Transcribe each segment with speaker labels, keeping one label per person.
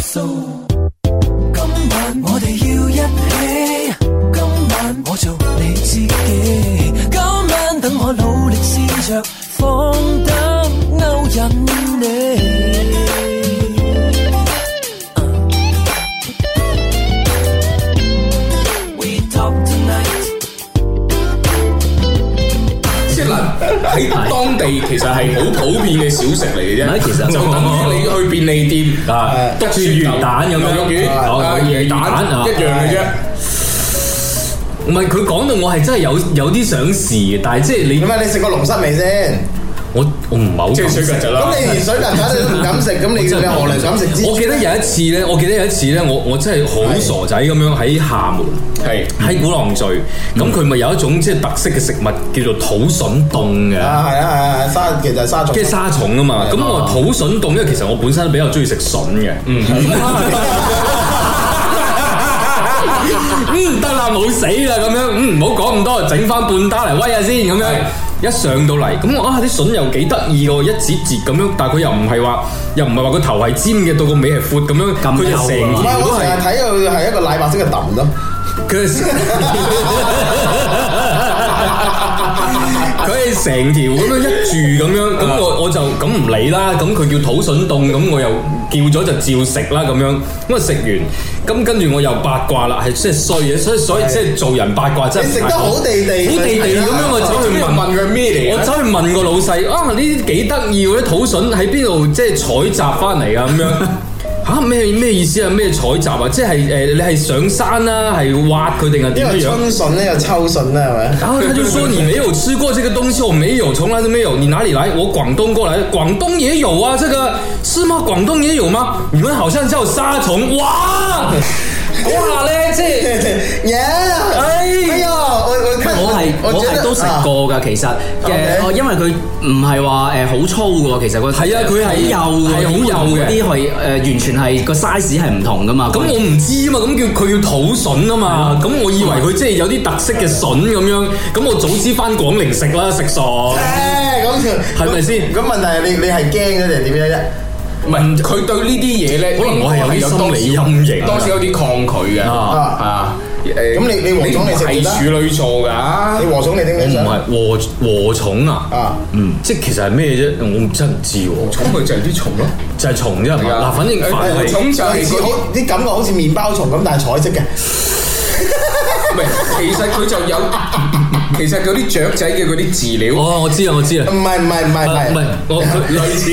Speaker 1: 数。今晚我哋要一起，今晚我做你知己。今晚等我努力試着放膽勾引你。We talk tonight。
Speaker 2: 即係嗱，喺當地其實係好普遍嘅小食嚟嘅
Speaker 3: 唔係
Speaker 2: 啫，
Speaker 3: 其實
Speaker 2: 就等於你去便利店
Speaker 3: 啊
Speaker 2: 得
Speaker 3: 住魚蛋咁樣
Speaker 2: 牛肉丸
Speaker 3: 哦
Speaker 2: 啊
Speaker 3: 魚
Speaker 2: 魚
Speaker 3: 蛋啊
Speaker 2: 蛋一樣嘅啫。
Speaker 3: 唔係佢講到我係真係有有啲想試嘅，但係即係你
Speaker 4: 咁啊，你食過龍蝨未先？
Speaker 3: 我我唔係好
Speaker 2: 嗯即係
Speaker 3: 敢
Speaker 2: 水
Speaker 3: 食
Speaker 2: 曱甴啦
Speaker 4: 咁。你連水曱甴你都唔敢食，咁你
Speaker 3: 我真
Speaker 4: 你
Speaker 3: 係
Speaker 4: 何嚟敢食
Speaker 3: 我
Speaker 4: 蜘
Speaker 3: 記
Speaker 4: 蛛？
Speaker 3: 得有一次咧，我記得有一次咧，我我真係好傻仔咁樣喺廈門，
Speaker 2: 係嗯
Speaker 3: 喺鼓浪嶼，咁佢咪有一種即係特色嘅食物叫做土筍凍嘅。
Speaker 4: 啊，係啊，係啊，係啊沙其實係沙蟲
Speaker 3: 跟。住沙蟲啊嘛，咁我土筍凍，因為其實我本身比較中意食筍嘅。嗯，得啦，冇死啦咁樣，嗯，唔好講咁多，整翻半打嚟威下先咁樣。一上到嚟，咁我啊啲筍又幾得意喎，一節節咁樣，但係佢又唔係話，又唔係話個頭係尖嘅，到個尾係闊咁樣，
Speaker 5: 咁
Speaker 3: 佢就成
Speaker 5: 幼啊
Speaker 4: 唔係，
Speaker 3: 條都
Speaker 4: 我成
Speaker 3: 係
Speaker 4: 日睇佢係一個奶白色嘅揼咯。
Speaker 3: 佢 係佢係成條咁樣一住咁樣，咁我我就咁唔理啦。咁佢叫土筍凍，咁我又叫咗就照食啦咁樣。咁啊食完，咁跟住我又八卦啦，係即係衰嘢，所以所以即係做人八卦真係
Speaker 4: 你
Speaker 3: 唔
Speaker 4: 食
Speaker 3: 太
Speaker 4: 得好地地，
Speaker 3: 好地地咁樣，我走去問
Speaker 2: 問佢咩嚟嘅
Speaker 3: 我走去問個老細啊，呢啲幾得意喎，啲土筍喺邊度即係採集翻嚟啊咁樣。 吓咩咩意思啊？咩採集啊？即係誒、你係上山啦、係挖佢定係
Speaker 4: 因
Speaker 3: 點樣樣？
Speaker 4: 為春筍咧又秋筍啦，係咪？
Speaker 3: 然后他就说：“你没有吃过这个东西，我没有，从来都没有。你哪里来？我广东过来，广东也有啊，这个是吗？广东也有吗？你们好像叫沙虫， 哇，哇嘞，这
Speaker 4: 耶！哎呀，我我看
Speaker 5: 我係我
Speaker 4: 覺
Speaker 5: 係
Speaker 4: 得
Speaker 5: 都食
Speaker 4: 啊
Speaker 5: 過㗎，其實嘅
Speaker 4: OK
Speaker 5: 我因為佢唔係話誒好粗嘅喎，其實個
Speaker 3: 係啊佢係
Speaker 5: 好幼㗎
Speaker 3: 係好幼嘅
Speaker 5: 嗰啲係誒完全係個 size 係唔同㗎嘛。
Speaker 3: 咁我唔知啊嘛，咁叫佢叫土筍啊嘛，咁我以為佢即係有啲特色嘅筍咁樣，咁我早知翻廣寧食啦，食傻。
Speaker 4: 誒咁
Speaker 3: 係咪先
Speaker 4: 咁問題係你你係驚嗰定係點樣啫？
Speaker 2: 唔係佢對呢啲嘢咧，
Speaker 3: 可能我係有啲
Speaker 2: 多少
Speaker 3: 心理陰影啊
Speaker 2: 多少有啲抗拒嘅
Speaker 3: 啊
Speaker 2: 啊。咁
Speaker 4: 咁你你黃種你食唔得
Speaker 2: 係處女座㗎，
Speaker 4: 你和蟲你頂唔
Speaker 3: 我唔
Speaker 4: 頂上？
Speaker 3: 係禾禾蟲啊，
Speaker 4: 啊，
Speaker 3: 嗯，即係其實係咩啫？我真係唔知喎，
Speaker 2: 蟲佢就係啲蟲咯。
Speaker 4: 嗯
Speaker 3: 就係蟲啫係嘛？嗱，反正凡
Speaker 2: 啊誒
Speaker 3: 係
Speaker 2: 蟲就係
Speaker 4: 類
Speaker 2: 嗰
Speaker 4: 似
Speaker 2: 啲
Speaker 4: 好啲感覺好似麵包蟲咁，但係彩色嘅。
Speaker 2: 唔係，其實佢就有，其實嗰啲雀仔嘅嗰啲飼料，
Speaker 3: 哦，我知啦，我知啦。
Speaker 4: 唔係唔係唔係
Speaker 3: 啊唔係，我 佢類似
Speaker 4: 類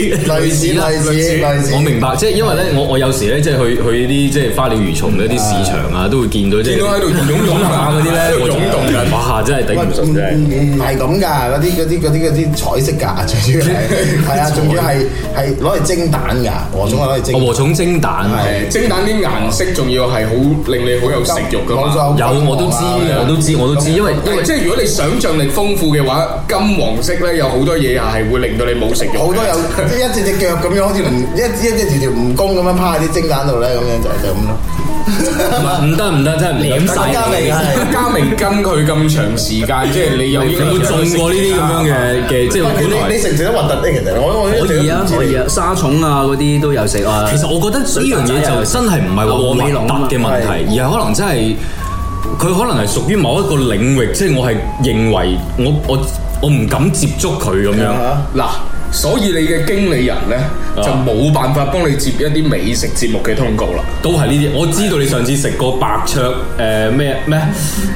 Speaker 4: 似
Speaker 3: 啦
Speaker 4: 類似類似
Speaker 3: 我明白，即係因為咧，我我有時咧，即係去去啲即係花鳥魚蟲嘅一啲市場啊，都會見到即係
Speaker 2: 見到喺度湧湧
Speaker 3: 下嗰啲 咧，我就
Speaker 2: 湧動緊
Speaker 3: 哇！真係頂唔嗯
Speaker 4: 唔
Speaker 3: 順，真係。
Speaker 4: 唔唔係咁㗎，嗰啲嗰啲嗰啲嗰啲彩色 㗎，最主要係係啊，仲要係係攞嚟蒸蛋㗎，和蟲係攞嚟蒸
Speaker 3: 我。禾蟲蒸蛋，
Speaker 2: 誒蒸蛋啲顏色仲要係好令你好有食慾㗎嘛。
Speaker 3: 有我都知，
Speaker 4: 啊
Speaker 3: 我都知，我都知，因為因為
Speaker 2: 即係如果你想像力豐富嘅話，金黃色咧有好多嘢係會令到你冇食慾嘅。
Speaker 4: 好 多有一隻隻腳咁樣，好似唔一一隻條條蜈蚣咁樣趴喺啲蒸蛋度咧，咁樣就就咁咯。
Speaker 3: 唔係唔得唔得，真係唔得
Speaker 5: 舐晒
Speaker 4: 加味㗎係。
Speaker 2: 嘉明跟佢咁長時間，即係你有
Speaker 3: 啊你會中過呢啲咁樣嘅嘅，即係
Speaker 4: 你
Speaker 3: 本
Speaker 4: 你
Speaker 3: 來。
Speaker 4: 你食唔食得核突咧？其實我我一
Speaker 5: 可
Speaker 4: 直都唔
Speaker 5: 以啊，
Speaker 4: 知
Speaker 5: 可以啊，沙蟲啊嗰啲都有食啊。
Speaker 3: 其實我覺得呢樣嘢就真係唔係話我核突嘅問題，而係可能真係佢可能係屬於某一個領域，即係我係認為我我我唔敢接觸佢咁樣。
Speaker 4: 啊
Speaker 2: 嗱，所以你嘅經理人咧就冇辦法幫你接一啲美食節目嘅通告啦。
Speaker 3: 都係呢啲，我知道你上次食過白灼誒咩咩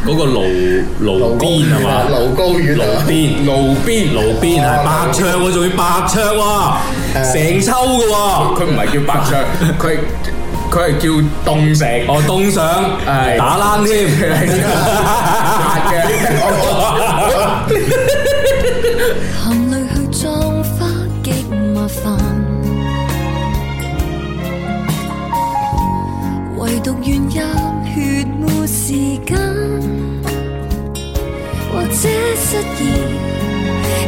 Speaker 3: 嗰個爐爐邊係嘛？
Speaker 4: 盧高遠啊
Speaker 3: 爐邊
Speaker 2: 路邊
Speaker 3: 爐邊係白灼喎，仲要白灼喎，成抽嘅喎，
Speaker 2: 佢唔係叫白灼，佢係佢係叫凍食。
Speaker 3: 哦凍上
Speaker 2: 係
Speaker 3: 打冷添，
Speaker 2: 辣嘅，
Speaker 6: 含淚去葬花極麻煩，唯獨願入血沒時間，或者失意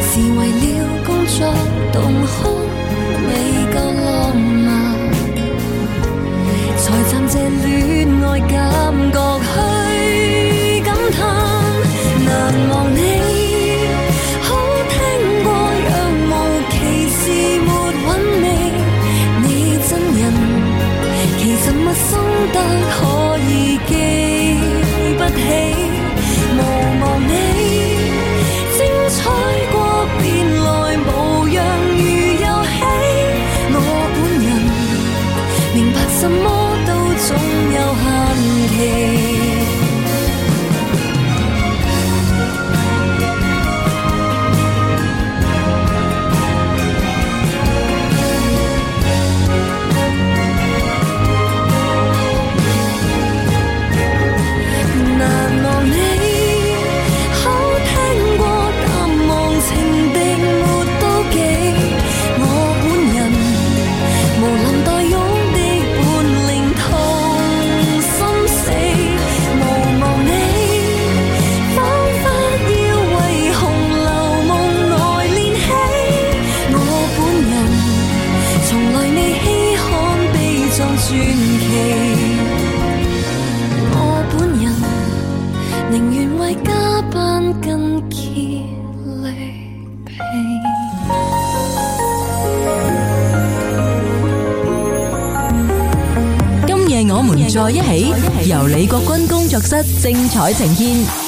Speaker 6: 是為了工作動空未夠浪漫，才暫借戀愛感覺去感嘆，難忘你。好聽過，若無其事沒揾你，你真人其實密鬆得可以記不起，無望你精彩過變來無恙如遊戲，我本人。明白什麼都總有限期。難忘你，口聽過淡忘情定沒妒忌，我本人無能代用的本領痛心死，無望你彷彿要為紅樓夢來練起，我本人從來未稀罕悲壯傳奇。我本人寧願為加班更竭力疲。
Speaker 7: 今夜我們在一起，由李國君工作室精彩呈現。